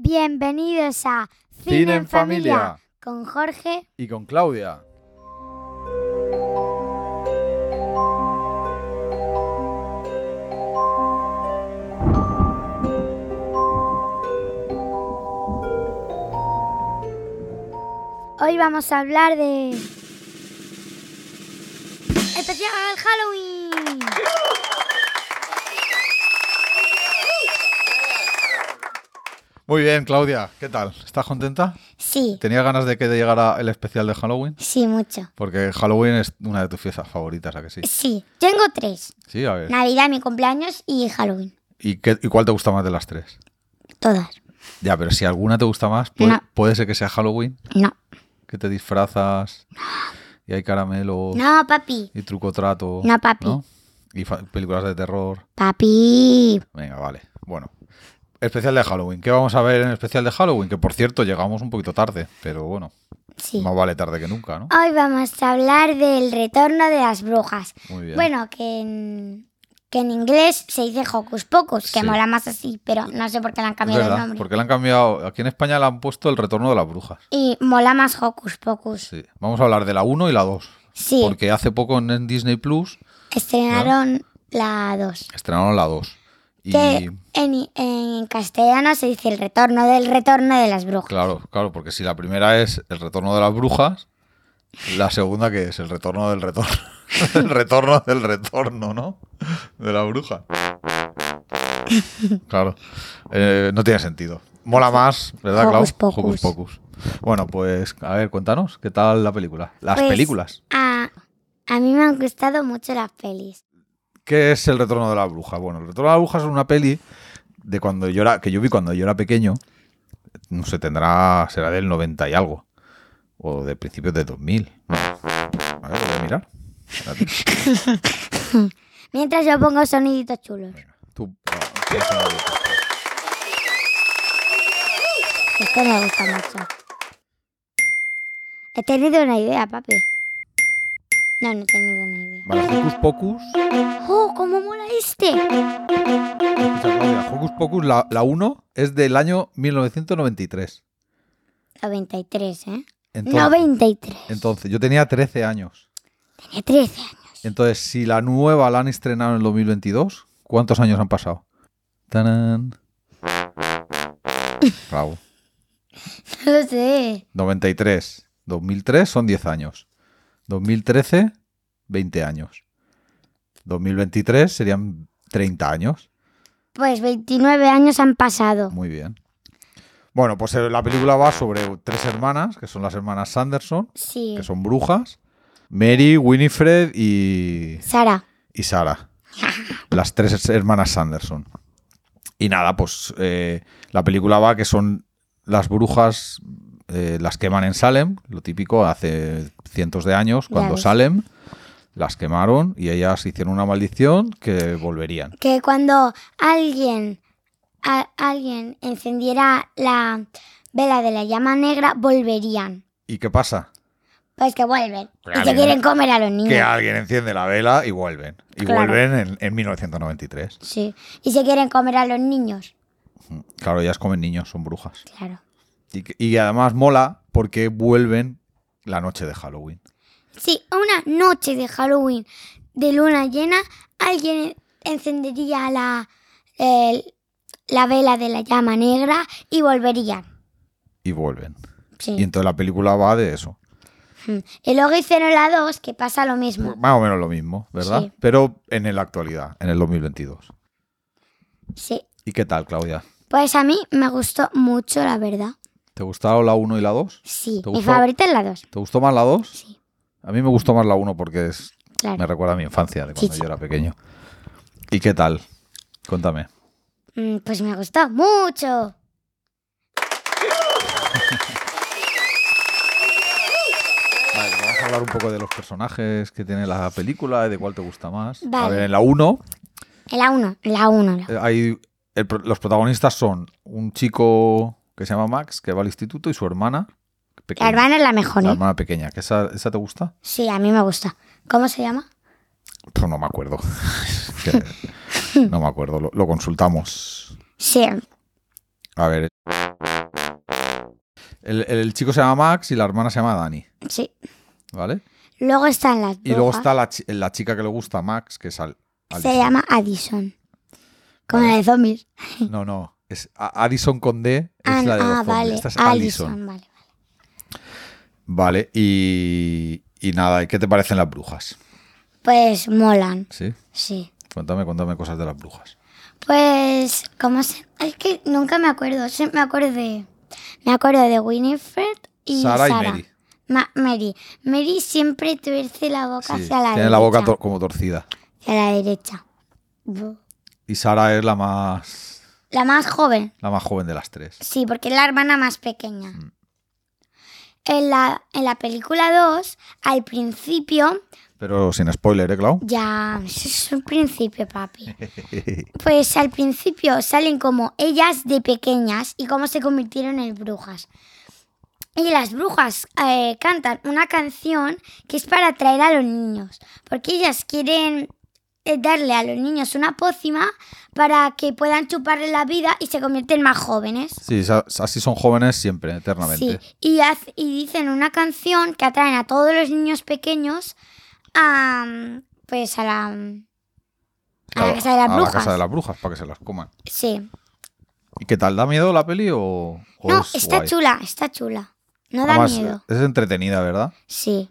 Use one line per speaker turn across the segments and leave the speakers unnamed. Bienvenidos a
Cine en Familia.
con Jorge.
y con Claudia.
Hoy vamos a hablar de especial Halloween.
Muy bien, Claudia, ¿qué tal? ¿Estás contenta?
Sí,
Tenía ganas de que llegara el especial de Halloween,
sí mucho.
porque Halloween es una de tus fiestas favoritas, ¿a que sí?
Sí, tengo tres:
Sí, a ver.
Navidad, mi cumpleaños y Halloween.
¿Y, qué- y cuál te gusta más de las tres?
Todas.
Ya, pero si alguna te gusta más, puede,
No.
puede ser que sea Halloween,
No,
que te disfrazas y hay caramelo
no papi,
y truco trato.
No, papi.
Y fa- películas de terror.
papi.
Venga, vale. Bueno. Especial de Halloween. ¿Qué vamos a ver en el especial de Halloween? Que por cierto, llegamos un poquito tarde, pero bueno,
Sí.
más vale tarde que nunca, ¿no?
Hoy vamos a hablar del retorno de las brujas.
Muy bien.
Bueno, que en, que en inglés se dice Hocus Pocus, que
Sí.
mola más así, pero no sé por qué le han
Es
cambiado el
verdad,
nombre.
porque le han cambiado. Aquí en España le han puesto el retorno de las brujas.
Y mola más Hocus Pocus.
Sí. Vamos a hablar de la 1 y la 2.
Sí,
Porque hace poco en Disney Plus
estrenaron la 2.
estrenaron la 2. Y
Que en, en castellano se dice el retorno del retorno de las brujas.
claro, claro, porque si la primera es el retorno de las brujas, la segunda que es el retorno del retorno. el retorno del retorno, ¿no? De la bruja. Claro. Eh, no tiene sentido. Mola más, ¿verdad, Clau?
Hocus Pocus.
Hocus Pocus. Bueno, pues a ver, cuéntanos, ¿qué tal la película? Las
Pues,
películas.
A, a mí me han gustado mucho las pelis.
¿Qué es El Retorno de la Bruja? Bueno, El Retorno de la Bruja es una peli de cuando yo era, que yo vi cuando yo era pequeño. No sé, tendrá, será del 90 y algo. O de principios de 2000. A ver, voy a mirar. Espérate.
Mientras yo pongo soniditos chulos.
Tú- no,
Este me gusta mucho. He tenido una idea, papi. No, no he tenido una idea.
Vale, Hocus Pocus.
¡Oh, cómo mola este!
escucha, Claudia, Hocus Pocus, la la 1 es del año 1993.
93, ¿eh?
Entonces,
93.
entonces, yo tenía 13 años.
Tenía 13 años.
Entonces, si la nueva la han estrenado en el 2022, ¿cuántos años han pasado? ¡Tanán! Bravo.
No lo sé.
93. 2003 son 10 años. 2013, 20 años. 2023 serían 30 años.
Pues 29 años han pasado.
Muy bien. Bueno, pues eh, la película va sobre tres hermanas, que son las hermanas Sanderson,
Sí.
que son brujas. Mary, Winifred y...
Sara.
y Sara. Las tres hermanas Sanderson. Y nada, pues eh, la película va que son las brujas, eh, las queman en Salem, lo típico, hace cientos de años,
Ya
cuando
ves.
Salem las quemaron y ellas hicieron una maldición que volverían.
Que cuando alguien, a- alguien encendiera la vela de la llama negra, volverían.
¿Y qué pasa?
Pues que vuelven.
Claro,
y se quieren comer a los niños.
Que alguien enciende la vela y vuelven. Y
Mm. Claro.
vuelven en, en 1993.
Sí. Y se quieren comer a los niños.
Claro, ellas comen niños, son brujas.
Claro.
Y, que- y además mola porque vuelven la noche de Halloween.
Si una noche de Halloween de luna llena, alguien encendería la, el- la vela de la llama negra y volvería.
Y vuelven.
Sí.
Y entonces la película va de eso.
Mm. Y luego hicieron la 2, que pasa lo mismo.
Pues Más o menos lo mismo, ¿verdad?
Mm. Sí.
Pero en la actualidad, en el 2022.
Sí.
¿Y qué tal, Claudia?
Pues a mí me gustó mucho, la verdad.
¿Te gustaron la 1 y la 2?
Sí.
¿Te
Mi
gustó?
favorita es la 2.
¿Te gustó más la 2?
Sí.
A mí me gustó más la 1 porque es, me
Claro.
recuerda a mi infancia, de cuando
Sí, sí.
yo era pequeño. ¿Y qué tal? Cuéntame.
Mm, pues me gustó mucho.
Vale, vamos a hablar un poco de los personajes que tiene la película, de cuál te gusta más. A
Vale.
ver, en la 1
En La 1, la 1.
eh, hay el pro- los protagonistas son un chico que se llama Max, que va al instituto, y su hermana.
La
pequeña.
hermana es la mejor,
La
¿eh?
hermana pequeña, ¿que esa, esa te gusta?
Sí, a mí me gusta. ¿Cómo se llama?
Pues no me acuerdo. Que no me acuerdo, lo, lo consultamos.
Sí.
A ver. El, el chico se llama Max y la hermana se llama Dani,
Sí.
¿vale?
Luego están las
Y luego
brujas.
está la, chi- la chica que le gusta a Max, que es Al- Alison.
Se llama Addison. Como
Vale.
la de zombies.
No, no. Es A- Addison con D. Es
Ah,
la de los
ah,
zombies.
vale.
Esta es
Addison,
Allison.
vale.
Vale, y, y nada, ¿y ¿qué te parecen las brujas?
Pues molan,
Sí.
sí.
Cuéntame, cuéntame cosas de las brujas.
Pues, ¿cómo se...? Es que nunca me acuerdo. Sí, me acuerdo de... Me acuerdo de Winifred y
Sara
Sara.
y Mary.
Ma- Mary. Mary siempre tuerce la boca
Sí,
hacia la
tiene
derecha.
la boca tor- como torcida.
Hacia la derecha. Bu.
Y Sara es la más
La más joven.
la más joven de las tres.
Sí, porque es la hermana más pequeña.
Mm.
En la, en la película 2, al principio,
Pero sin spoiler, ¿eh, Clau?
ya, eso es un principio, papi. Pues al principio salen como ellas de pequeñas y cómo se convirtieron en brujas. Y las brujas eh, cantan una canción que es para atraer a los niños, porque ellas quieren eh, darle a los niños una pócima para que puedan chuparle la vida y se convierten más jóvenes.
Sí, sa- así son jóvenes siempre, eternamente.
Sí, y, haz- y dicen una canción que atraen a todos los niños pequeños a, mm, pues a la, a la casa de las
a la
brujas.
casa de las brujas, para que se las coman.
Sí.
¿Y qué tal? ¿Da miedo la peli o, o
No,
es
está
guay?
chula, está chula. No da
Además,
miedo.
Es entretenida, ¿verdad?
Sí,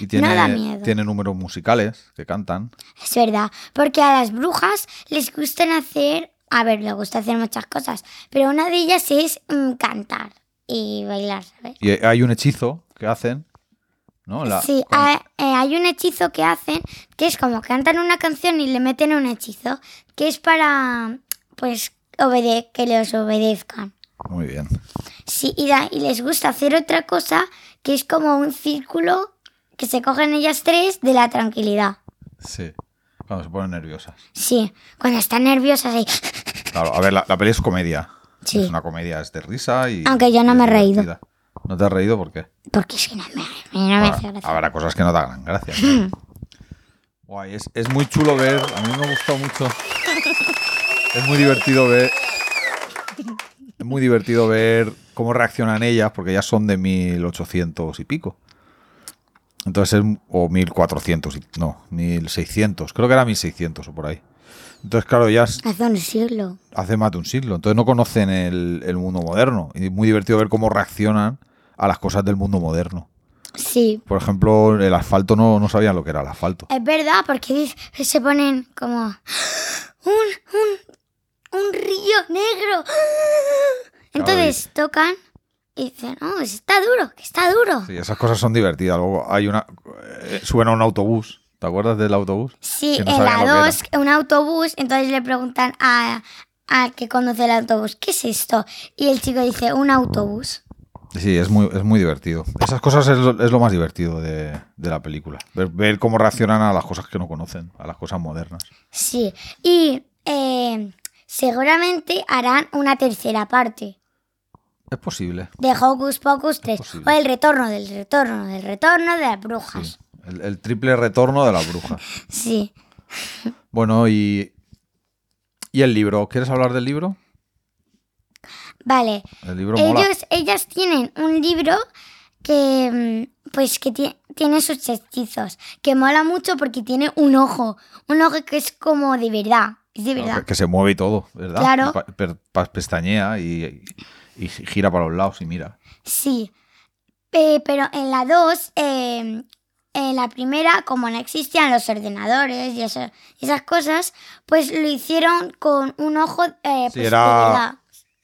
Y tiene,
da miedo.
tiene números musicales que cantan.
es verdad. Porque a las brujas les gustan hacer, a ver, les gusta hacer muchas cosas, pero una de ellas es mm, cantar y bailar, ¿sabes?
Y hay un hechizo que hacen, ¿no? La-
sí,
con-
ha- eh, hay un hechizo que hacen que es como cantan una canción y le meten un hechizo, que es para, pues, obede que los obedezcan.
Muy bien.
Sí, y, da- y les gusta hacer otra cosa que es como un círculo que se cogen ellas tres de la tranquilidad.
Sí. Cuando se ponen nerviosas.
Sí, cuando están nerviosas ahí.
Claro, a ver, la, la peli es comedia.
Sí.
Es una comedia, es de risa y.
Aunque yo no
y es
me he reído.
divertida. ¿No te has reído por qué?
Porque es que no me, no me
Habrá-
hace gracia.
Habrá cosas que no te hagan gracia. ¿no? Guay, es, es muy chulo ver. A mí me gustó mucho. Es muy divertido ver. Es muy divertido ver cómo reaccionan ellas, porque ellas son de 1800 y pico. Entonces, es- o 1400, y- no, 1600. Creo que era 1600 o por ahí. Entonces, claro, ellas
Hace un siglo.
hace más de un siglo. Entonces no conocen el, el mundo moderno. Y es muy divertido ver cómo reaccionan a las cosas del mundo moderno.
Sí,
Por ejemplo, el asfalto no, no sabían lo que era el asfalto.
es verdad, porque dice- se ponen como un, un, un río negro. Entonces tocan y dicen, oh, está duro, que está duro.
Sí, esas cosas son divertidas. Luego hay una. eh, suben a un autobús. ¿Te acuerdas del autobús?
Sí,
Que no
en
sabían lo que
la 2, un autobús, entonces le preguntan a- al que conduce el autobús, ¿qué es esto? Y el chico dice, un autobús.
Sí, es muy, es muy divertido. Esas cosas es lo, es lo más divertido de, de la película. Ver, ver cómo reaccionan a las cosas que no conocen, a las cosas modernas.
Sí, y eh, seguramente harán una tercera parte
Es posible.
de Hocus Pocus 3 o
posible.
el retorno del retorno del retorno de las brujas.
El, el triple retorno de la bruja.
Sí.
Bueno, y. ¿Y el libro? ¿Quieres hablar del libro?
Vale,
El libro mola.
ellos ellas tienen un libro que mm, pues que ti- tiene sus hechizos, que mola mucho porque tiene un ojo, un ojo que es como de verdad, es de
Claro,
verdad.
Que, que se mueve y todo, ¿verdad?
Claro.
Y pa- per- pa- pestañea y, y- y gira para los lados y mira.
Sí, Eh, pero en la 2, en la primera, como no existían los ordenadores y, eso- y esas cosas, pues lo hicieron con un ojo eh, pues, de
era-
verdad.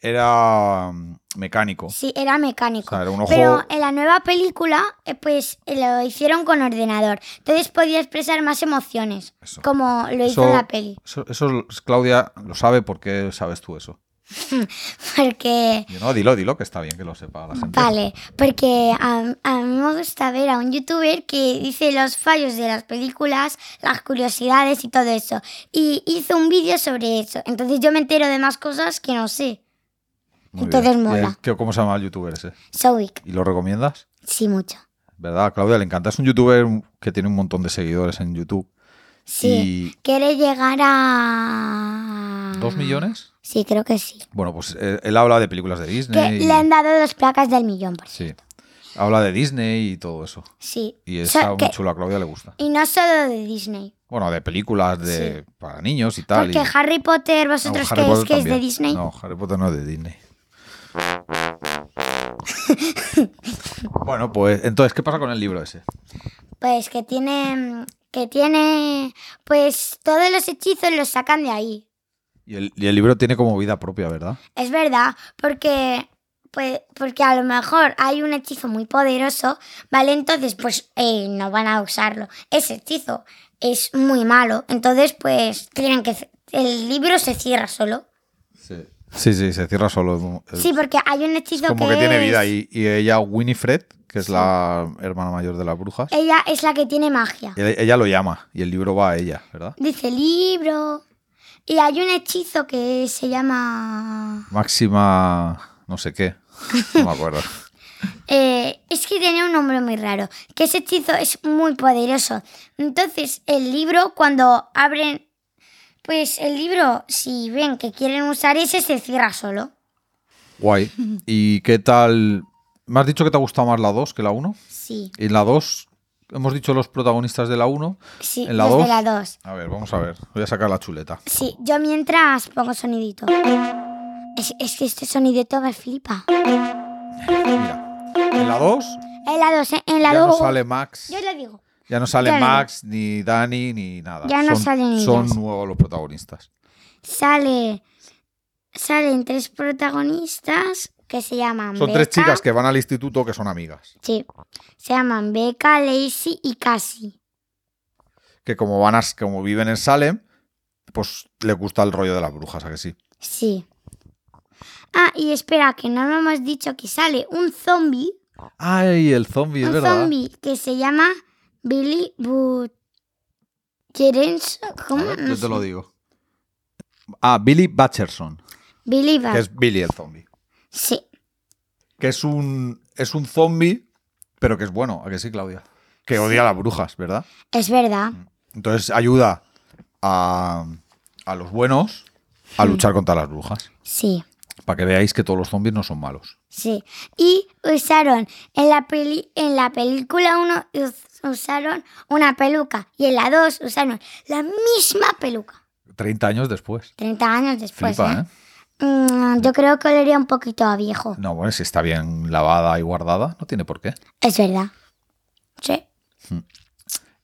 Era mm, mecánico.
Sí, era mecánico.
O sea, era un ojo-
Pero en la nueva película, eh, pues eh, lo hicieron con ordenador. Entonces podía expresar más emociones,
Eso.
como lo hizo
Eso-
en la peli.
Eso, eso, Claudia lo sabe porque sabes tú eso.
Eh. Porque,
Yo, no, dilo, dilo, que está bien que lo sepa la gente.
vale, porque a, a mí me gusta ver a un youtuber que dice los fallos de las películas, las curiosidades y todo eso. Y hizo un vídeo sobre eso. Entonces yo me entero de más cosas que no sé.
Muy
entonces
bien.
mola.
Eh, ¿qué- ¿Cómo se llama el youtuber ese?
Sowick,
¿Y lo recomiendas?
sí, mucho.
¿Verdad? A Claudia le encanta. Es un youtuber que tiene un montón de seguidores en YouTube
Sí. Ah.
Y-
Quiere llegar a...
¿Dos millones?
Sí, creo que sí.
Bueno, pues eh, él habla de películas de
Que
Disney. y-
le han dado las placas del millón. Por...
Sí. Habla de Disney y todo eso.
Sí.
Y
O
está
sea,
muy
que-
chulo, a Claudia le gusta.
Y no solo de Disney.
Bueno, de películas de para niños y tal.
porque
y-
Harry Potter,
No,
vosotros
Harry
creéis
Potter
que es de
también.
Disney.
No, Harry Potter no es de Disney. bueno, pues entonces, ¿qué pasa con el libro ese?
Pues que tiene... Que tiene... Pues todos los hechizos los sacan de ahí.
Y el, y el libro tiene como vida propia, ¿verdad?
Es verdad, porque, pues, porque a lo mejor hay un hechizo muy poderoso, ¿vale? Entonces, pues eh, no van a usarlo. Ese hechizo es muy malo, entonces, pues tienen que... ce- El libro se cierra solo.
Sí. Sí, se cierra solo. El-
Sí, porque hay un
es
hechizo
como que, tiene
es-
vida. Y, y ella, Winifred, que es
Sí.
la hermana mayor de las brujas,
Ella es la que tiene magia.
e- ella lo llama y el libro va a ella, ¿verdad?
Dice libro. Y hay un hechizo que se llama...
Máxima. no sé qué. No me acuerdo.
Eh, es que tiene un nombre muy raro, que ese hechizo es muy poderoso. Entonces, el libro, cuando abren, pues el libro, si ven que quieren usar ese, se cierra solo.
Guay. ¿Y qué tal? Me has dicho que te ha gustado más la 2 que la 1.
Sí,
En la 2 hemos dicho los protagonistas de la 1.
sí,
¿En la
los de
dos?
la 2.
A ver, vamos a ver. Voy a sacar la chuleta.
Sí, yo mientras pongo sonidito. Es, es que este sonidito me flipa.
Mira. En la 2
En la 2, en la
ya no
2.
sale Max.
Yo lo digo.
Ya no sale
ya no.
Max, ni Dani, ni nada.
Ya no
son,
salen
Son
ellos.
nuevos los protagonistas.
Sale, salen tres protagonistas que se llaman
Son tres
Becca.
chicas que van al instituto que son amigas.
Sí. Se llaman Becca, Lacey y Cassie.
Que como van a, como viven en Salem, pues les gusta el rollo de las brujas, a que sí.
Sí. Ah, y espera, que no lo hemos dicho que sale un zombie.
Ay, el zombie, es
Un
verdad.
zombie que se llama Billy Butcherens. ¿Cómo?
A ver,
No
yo te lo
sé.
digo. Ah, Billy Batcherson,
Billy Bat-
que es Billy el zombie.
Sí.
Que es un, es un zombie, pero que es bueno, a que sí, Claudia. Que odia a las brujas, ¿verdad?
Es verdad.
Mm. Entonces ayuda a, a los buenos a luchar contra las brujas.
Sí.
Para que veáis que todos los zombies no son malos.
Sí. Y usaron en la peli, en la película 1 usaron una peluca y en la 2 usaron la misma peluca.
30 años después.
30 años después.
Flipa,
¿eh?
¿eh?
Mm, yo creo que olería un poquito a viejo.
No, bueno, si está bien lavada y guardada, no tiene por qué.
Es verdad. Sí.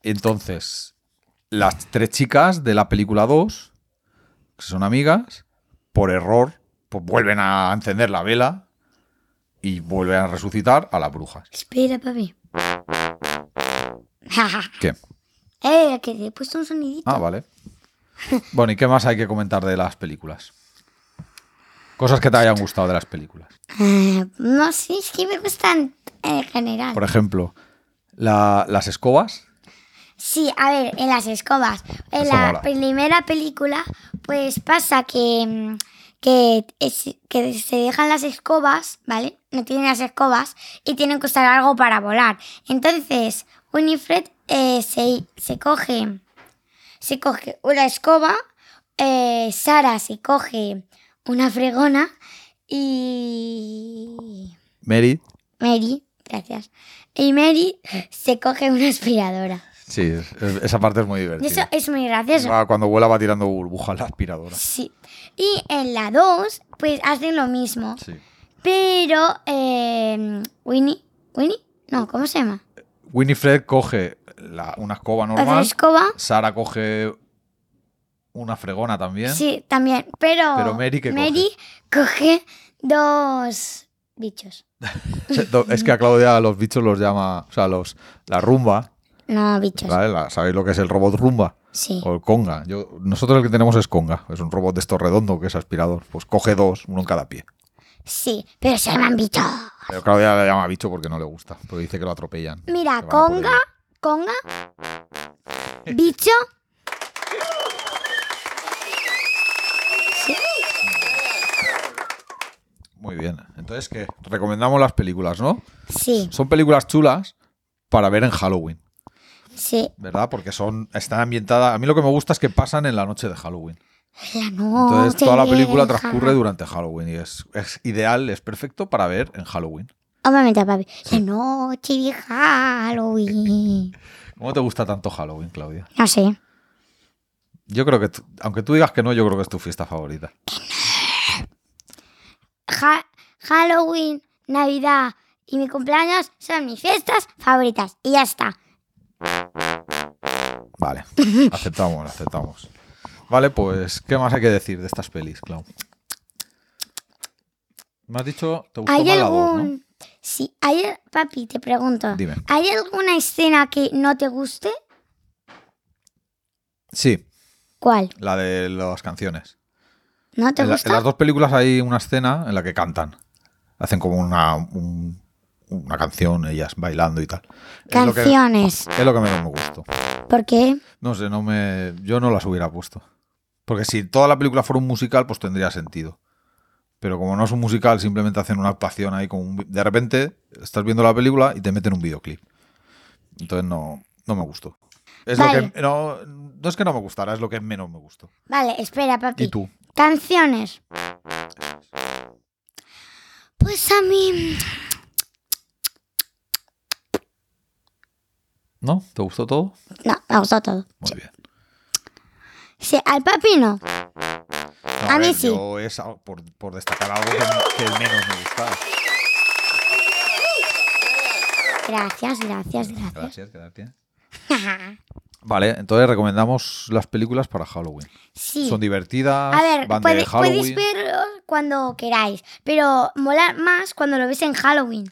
Entonces, las tres chicas de la película 2, que son amigas, por error, pues vuelven a encender la vela y vuelven a resucitar a las brujas.
Espera, papi.
¿Qué?
eh, que te he puesto un sonidito.
Ah, vale. Bueno, ¿y qué más hay que comentar de las películas? Cosas que te hayan gustado de las películas.
Eh, no sé, es que me gustan eh, en general.
Por ejemplo, la- las escobas.
Sí, a ver, en las escobas. En
Eso
la
mola.
primera película, pues pasa que, mm, que, es- que se dejan las escobas, ¿vale? No tienen las escobas y tienen que usar algo para volar. Entonces, Winifred eh, se, se coge. Se coge una escoba. eh, Sara se coge una fregona. Y.
Mary.
Mary, gracias. Y Mary se coge una aspiradora.
Sí, es- es- esa parte es muy
Y eso
divertida.
es muy gracioso.
Ah, Cuando vuela va tirando burbujas la aspiradora.
Sí. Y en la 2, pues hacen lo mismo.
Sí.
Pero eh, Winnie. ¿Winnie? No, ¿cómo se llama?
Winifred coge la- una escoba
Otra
normal.
escoba.
Sara coge una fregona también.
Sí, también. Pero,
Pero Mary, ¿qué
coge dos bichos.
Se- do- Es que a Claudia a los bichos los llama, o sea, los la rumba,
No, bichos.
¿vale? Oh. La- ¿Sabéis lo que es el robot rumba?
Sí.
O el conga. Yo, nosotros el que tenemos es conga, es un robot de estos redondo que es aspirador. Pues coge dos, uno en cada pie.
Sí, pero se llaman bichos.
Pero Claudia le llama bicho porque no le gusta, porque dice que lo atropellan.
Mira,
Que van a por
conga,
él.
conga, bicho.
Muy bien. Entonces, ¿qué? Recomendamos las películas, ¿no?
Sí,
Son películas chulas para ver en Halloween.
Sí.
¿verdad? Porque son están ambientadas. A mí lo que me gusta es que pasan en la noche de Halloween.
La noche
Entonces toda la
de
película
Halloween.
transcurre durante Halloween y es, es ideal, es perfecto para ver en Halloween.
Obviamente, Oh, papi. La noche de Halloween.
¿Cómo te gusta tanto Halloween, Claudia?
No sé.
Yo creo que, tú- aunque tú digas que no, yo creo que es tu fiesta favorita.
Ja- Halloween, Navidad y mi cumpleaños son mis fiestas favoritas. Y ya está.
Vale, aceptamos, aceptamos. Vale, pues, ¿qué más hay que decir de estas pelis, Clau? Me has dicho, te gustó
¿Hay
más la dos, ¿no?
algún... Sí, hay... Papi, te pregunto.
Dime.
¿Hay alguna escena que no te guste?
Sí,
¿Cuál?
la de las canciones.
¿No te
en, la- en
gusta?
las dos películas hay una escena en la que cantan. Hacen como una, un- una canción, ellas bailando y tal. Es lo que-
Canciones.
Es lo que menos me gustó.
¿Por qué?
No sé, no me, yo no las hubiera puesto. Porque si toda la película fuera un musical, pues tendría sentido. Pero como no es un musical, simplemente hacen una actuación ahí con un... vi- De repente estás viendo la película y te meten un videoclip. Entonces no, no me gustó. Es
Vale.
lo que... No, no es que no me gustara, es lo que menos me gustó.
Vale, espera, papi.
¿Y tú?
Canciones. Pues a mí...
¿No? ¿Te gustó todo?
No, me gustó todo.
Muy bien.
Sí, al papi no.
No,
A mí
ver,
sí.
Yo es al- por, por destacar algo que, que menos me gustaba.
Gracias, gracias, gracias.
Gracias, gracias. Vale, entonces recomendamos las películas para Halloween.
Sí.
Son divertidas,
A ver,
van de
puede- podéis
Halloween.
verlo cuando queráis, pero mola más cuando lo ves en Halloween.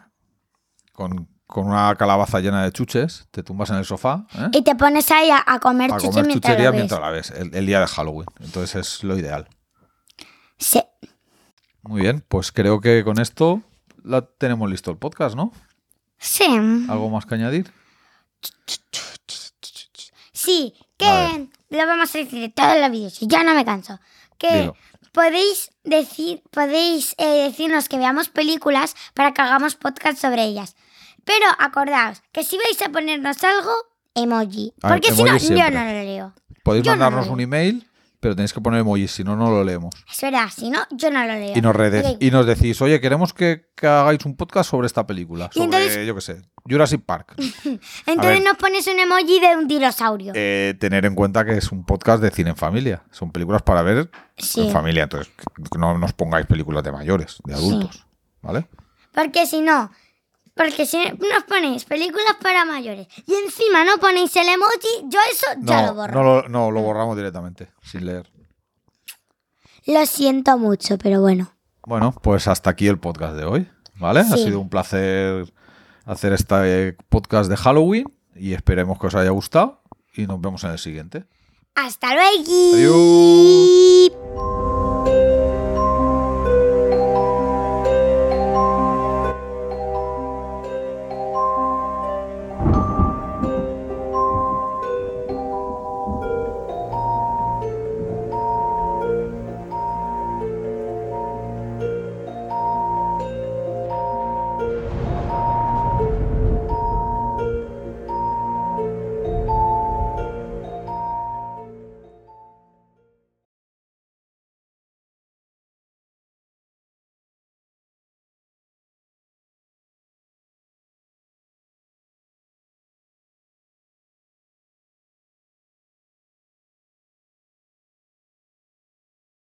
Con, con una calabaza llena de chuches, te tumbas en el sofá ¿eh?
Y te pones ahí a, a comer
a
chuches
comer
mientras lo
chuchería
ves.
mientras la ves, el, el día de Halloween. Entonces es lo ideal.
Sí.
Muy bien, pues creo que con esto la tenemos listo el podcast, ¿no?
Sí.
¿Algo más que añadir?
Sí,
A
que lo vamos a decir en todos los vídeos. y Yo no me canso. Que
Dilo.
podéis decir, podéis eh, decirnos que veamos películas para que hagamos podcast sobre ellas. Pero acordaos que si vais a ponernos algo, emoji.
A ver,
Porque si no,
Ah, emoji
yo
siempre.
no lo leo.
Podéis
Yo no
mandarnos
lo
un
leo.
email, pero tenéis que poner emojis, si no, no lo leemos.
Es verdad, si no, yo no lo leo.
Y nos, rede-
Pero-
y nos decís, oye, queremos que, que hagáis un podcast sobre esta película.
Y
Sobre,
entonces-
yo qué sé, Jurassic Park.
Entonces
ver.
nos pones un emoji de un dinosaurio.
Eh, tener en cuenta que es un podcast de cine en familia. Son películas para ver
sí.
en familia. Entonces, que no nos pongáis películas de mayores, de adultos. ¿Vale?
Porque si no, porque si nos ponéis películas para mayores y encima no ponéis el emoji, yo eso ya
No,
lo borro.
no lo, no, lo borramos directamente, sin leer.
Lo siento mucho, pero bueno.
Bueno, pues hasta aquí el podcast de hoy. ¿Vale? Ha
Sí.
sido un placer hacer este eh, podcast de Halloween y esperemos que os haya gustado. Y nos vemos en el siguiente.
Hasta luego.
Adiós.